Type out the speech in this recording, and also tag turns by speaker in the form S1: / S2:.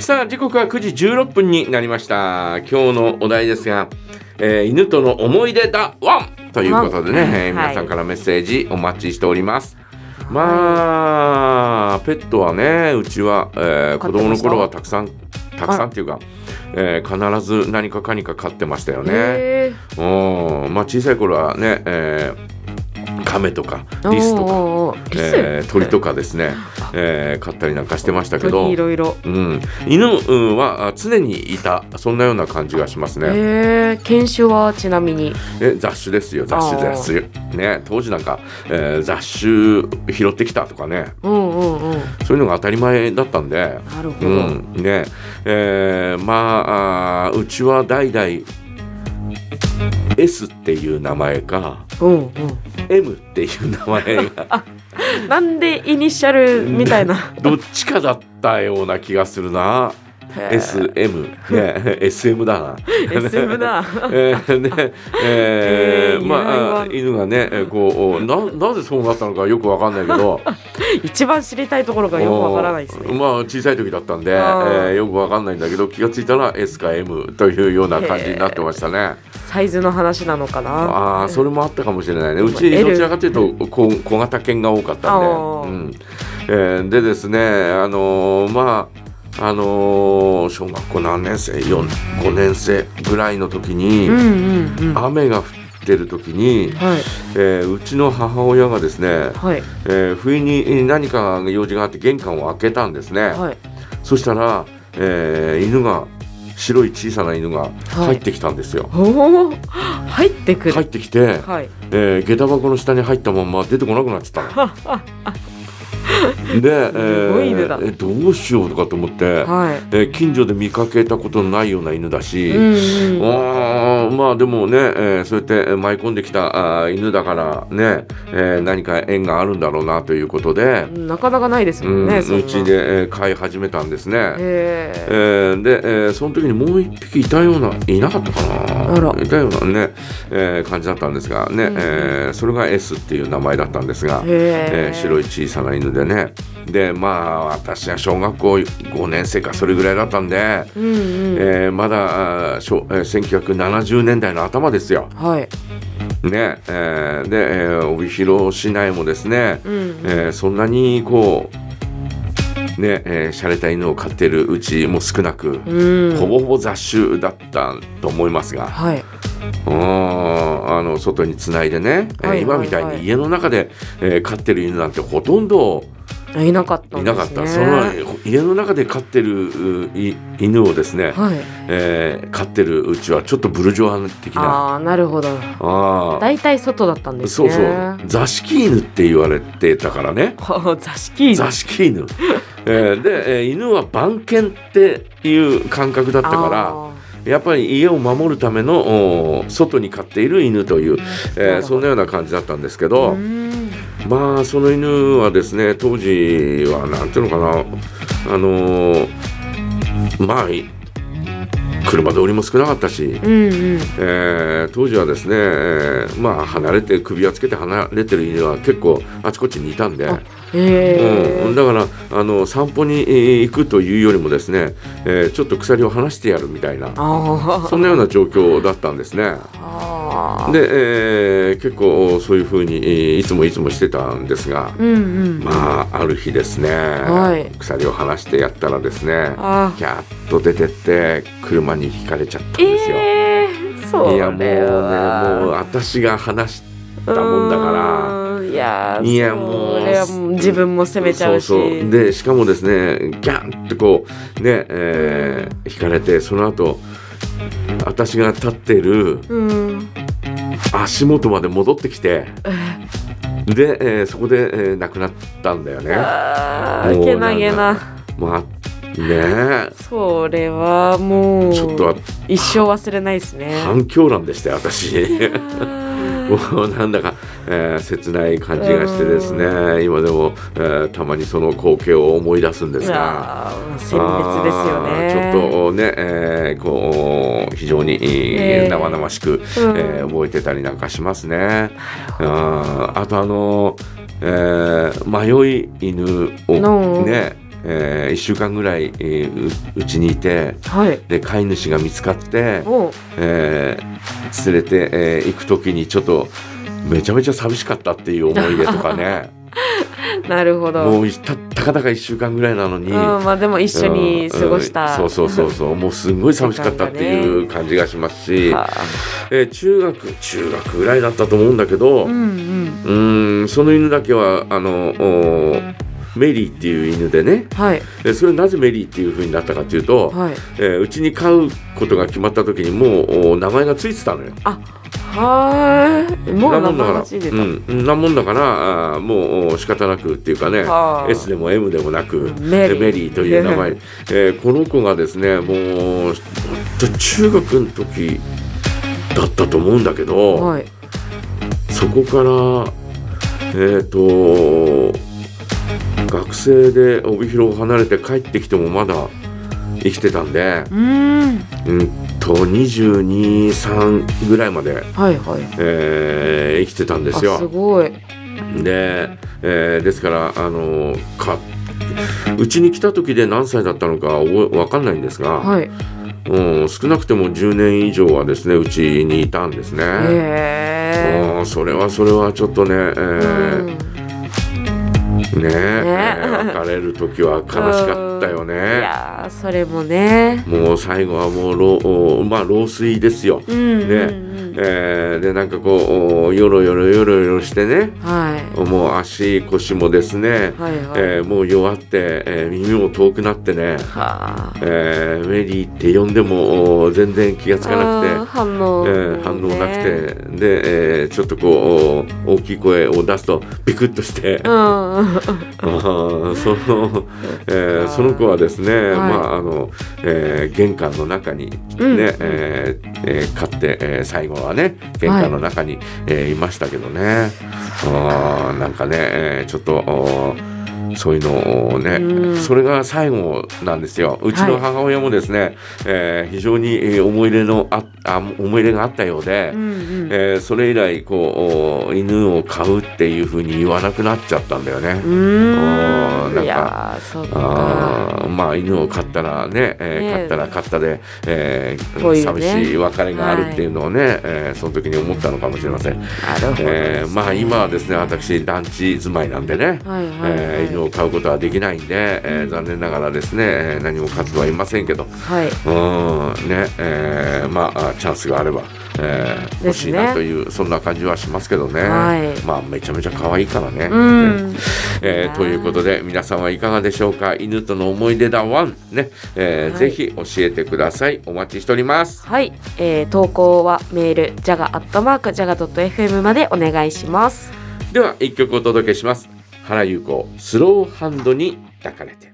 S1: さあ時刻は9時16分になりました今日のお題ですが、えー犬との思い出だワンということでね、えー
S2: はい
S1: 皆さんからメッセージお待ちしておりますまあペットはねうちは、えー
S2: 飼
S1: 子
S2: ってました
S1: 供の頃はたくさんたくさんっていうか、えー必ず何かかにか飼ってましたよね、
S2: え
S1: うんまあ小さい頃はね、えー、亀とか
S2: ー
S1: リスとか、
S2: おーおーリス
S1: えー鳥とかですね、えー、飼ったりなんかしてましたけ
S2: 本当
S1: ど
S2: にい、ろいろ
S1: うん、犬うんはあ常にいたそんなような感じがしますね。
S2: えー、犬種はちなみに
S1: え雑種ですよ雑種
S2: あー
S1: 雑種ね当時なんか、えー雑種拾ってきたとかね
S2: うんうんうん
S1: そういうのが当たり前だったんで。
S2: なるほ
S1: う
S2: ど、
S1: んねえーまああーうちは代々 S っていう名前か
S2: うんうん
S1: M っていう名前 が
S2: なんでイニシャルみたいな
S1: どっちかだったような気がするな。SM ね SM だな。
S2: SM だ
S1: えーねえ
S2: え
S1: ー
S2: ー
S1: まあ
S2: 由来は
S1: 犬がねえーこうおななぜそうなったのかよくわかんないけど
S2: 一番知りたいところがよくわからないです
S1: お
S2: ね
S1: まあ小さい時だったんで、え
S2: あー
S1: ーよくわかんないんだけど気がついたら S か M というような感じになってましたね。
S2: サイズの話なのかな
S1: ああそれもあったかもしれないねうち
S2: L
S1: どちらかというと小小型犬が多かったんで、
S2: あー
S1: うんえーでですねあのーまああのー小学校何年生45年生ぐらいの時に、
S2: うんうんうんは
S1: 雨が降ってる時に、
S2: い
S1: えーうちの母親がですね、
S2: はい
S1: えー不意に何か用事があって玄関を開けたんですね、
S2: はい
S1: そしたら、えー犬が白い小さな犬が入ってきたんですよ、
S2: おお入ってくる
S1: 入ってきて、
S2: はい
S1: えー下駄箱の下に入ったまんま出てこなくなっちゃったの。 で、え
S2: すごい犬だ
S1: ーえどうしようとかと思って、
S2: はい
S1: えー近所で見かけたことのないような犬だし、
S2: うんうん
S1: あーまあでもね、えーそうやってえー舞い込んできたあー犬だからね、えー何か縁があるんだろうなということで、
S2: なかなかないです
S1: う
S2: もん
S1: ん
S2: ね、そん
S1: う
S2: な
S1: ちで、えー飼い始めたんですね。
S2: へ
S1: え
S2: え
S1: ーで、えーその時にもう一匹いたようないなかったかな
S2: あら
S1: いたようなね、えー感じだったんですがね、
S2: うんうん
S1: えーそれが S っていう名前だったんですが、えー白
S2: い
S1: い小さな犬でねでまあ私は小学校5年生かそれぐらいだったんで。
S2: うんうん
S1: えーまだあーしょ、えー1970年代の頭ですよ。
S2: はい
S1: ねえーで、えー帯広市内もですね、
S2: うんうん
S1: えーそんなにこうねえー洒落た犬を飼ってるうちも少なく、
S2: うん
S1: ほぼほぼ雑種だったと思いますが、
S2: はい
S1: うんあの外につないでね、えー
S2: はいはいはい
S1: 今みたいに家の中で、えー飼ってる犬なんてほとんど
S2: あいなかった
S1: い
S2: んですね
S1: なかった、その家の中で飼ってるうい犬をですね、
S2: はい
S1: えー飼ってるうちはちょっとブルジョア的な
S2: ああなるほど
S1: あー
S2: 大体外だったんです
S1: そう
S2: ね
S1: そう座敷犬って言われてたから ね
S2: そう座敷
S1: 座
S2: 敷
S1: 敷犬、えーで、えー犬は番犬っていう感覚だったからやっぱり家を守るためのおー外に飼っている犬という、
S2: な
S1: えー
S2: るほど
S1: そんなような感じだったんですけ
S2: う
S1: ど、
S2: ん
S1: まあその犬はですね当時はなんていうのかなあのーまあい車通りも少なかったし、
S2: うんうん
S1: えー当時はですね、えーまあ離れて首輪つけて離れてる犬は結構あちこちにいたんで、
S2: あへ
S1: う
S2: え
S1: ん、だからあの散歩にえー行くというよりもですね、えーちょっと鎖を離してやるみたいな
S2: あ
S1: そんなような状況だったんですね。
S2: あああ
S1: で、えー結構そういうふうにえーいつもいつもしてたんですが、
S2: うんうん
S1: まあある日ですね、
S2: はい
S1: 鎖を離してやったらですね
S2: あ
S1: キャーッと出てって車にひかれちゃったん
S2: え
S1: ですよ。
S2: えーそう
S1: いやもうねもう
S2: う
S1: 私が話したもんだから
S2: らいやー
S1: いやもう
S2: それはもう自分も責めちゃうし
S1: そうそうでしかもですねギャンってこうねえー引かれてその後私が立ってる
S2: うん
S1: 足元まで戻ってきてで、えーそこで、えー亡くなったんだよね
S2: あ
S1: も
S2: ー
S1: う
S2: けなげ
S1: なん
S2: な
S1: まあね
S2: それはもう
S1: ちょっとは
S2: 一生忘れないですね
S1: え反響乱でしたよ 私。
S2: あ
S1: もうなんだか、えー切ない感じがしてですね今でも、えーたまにその光景を思い出すんです
S2: ー
S1: が。
S2: あー鮮烈ですよね
S1: あーちょっとね、えーこう非常に、えー
S2: えー
S1: 生々しく、
S2: うん
S1: えー覚えてたりなんかしますね。あーあとあの、えー迷い犬を
S2: の
S1: ね、え1週間ぐらい、えーううちにいて
S2: はい。
S1: で飼い主が見つかって、
S2: おう
S1: えー連れて、えー行く時にちょっとめちゃめちゃ寂しかったっていう思い出とかね
S2: なるほ
S1: も
S2: ど。
S1: ういたたかだか1週間ぐらいなの
S2: う
S1: に。
S2: ん、まあでも一緒に過ごし
S1: うん
S2: た。
S1: そうそうそうそうもうすごい寂しかったっていう感じがしますし、
S2: はあ
S1: えー中学中学ぐらいだったと思うんだけど、
S2: うんうん。
S1: うーんその犬だけはあのおーメリーっていう犬でね
S2: はい。
S1: でそれなぜメリーっていう風になったかというと、
S2: はい。
S1: えーうちに飼うことが決まった時にもうおー名前がついてたのよ。
S2: はーい。もう名前
S1: な
S2: が
S1: ん
S2: ついて
S1: もんだから、うん、なもんだからあーもうお仕方なくっていうかね
S2: はあ
S1: S でも M でもなく
S2: メリー
S1: でメリーという名前、 えーこの子がですねもうほんと中学の時だったと思うんだけど、
S2: た。はい。
S1: そこから、えっと学生で帯広を離れて帰ってきてもまだ生きてたんで、
S2: うーん。
S1: うんと22、3ぐらいまで、
S2: はいはい。
S1: えー生きてたんで
S2: あ
S1: すよ。
S2: すごい。
S1: で、えーですからあのかうちに来た時で何歳だったのか覚えわかんないんですが、
S2: はい。
S1: うん、少なくても10年以上はですねうちにいたんですね。
S2: へ
S1: うんそれはそれはちょっとね、えー
S2: ー。うん
S1: ねえ
S2: ね
S1: えー別れる時は悲しかったよ
S2: い
S1: ね。
S2: やーそれもね。
S1: もう最後はもう老おまあ老衰ですよ。
S2: うんうん
S1: ね
S2: うん。
S1: えーでなんかこうおよろよろよろよろしてね
S2: はい。
S1: もう足腰もですね、
S2: はいはい。
S1: えーもう弱って、えー耳も遠くなってね、
S2: はあ。
S1: えーメリーって呼んでもお全然気がつかな
S2: あー
S1: くて。
S2: 反応、
S1: えー反応なくて、で、えーちょっとこうお大きい声を出すとビクッとして、
S2: うんうん
S1: ああ その、えー
S2: か
S1: その子はですね、
S2: い
S1: まああの、えー玄関の中にね、
S2: うん
S1: えーえー飼って、えー最後はね玄関の中に、えーいましたけどねあーなんかね、えーちょっとおーそういうのをね、
S2: うん
S1: それが最後なんですようち
S2: は
S1: の
S2: い
S1: 母親もですね、えー非常にえー思い入れのああ思い入れがあったようで。
S2: うんうん
S1: えーそれ以来こうお犬を飼うっていうふうに言わなくなっちゃったんだよね。おーなん
S2: うー
S1: か
S2: んいやーそうか
S1: あーまあ犬を飼ったらね、えー
S2: ね
S1: 飼
S2: え
S1: ったら飼ったで、えー
S2: こういうね
S1: 寂しい別れがあるっていうのをね、えーその時に思ったのかもしれません、
S2: なるほど
S1: え
S2: で
S1: ー
S2: すね
S1: まあ今はですね私団地住まいなんでね、
S2: はいはいはい
S1: えー犬を飼うことはできないんで、えー残念ながらですねえー何も飼ってはいませんけど
S2: はい
S1: うんねえーまああチャンスがあれば、えー欲しい
S2: です
S1: な
S2: ね
S1: という、そんな感じはしますけどね、
S2: はい
S1: まあめちゃめちゃ可愛いからね。
S2: うん
S1: えーということで皆さんはいかがでしょうか犬との思い出だワンね、えー
S2: はい
S1: ぜひ教えてくださいお待ちしております
S2: はい、えー、投稿はメールジャガアットマークジャガドット FM までお願いします
S1: では一曲お届けします原由子スローハンドに抱かれて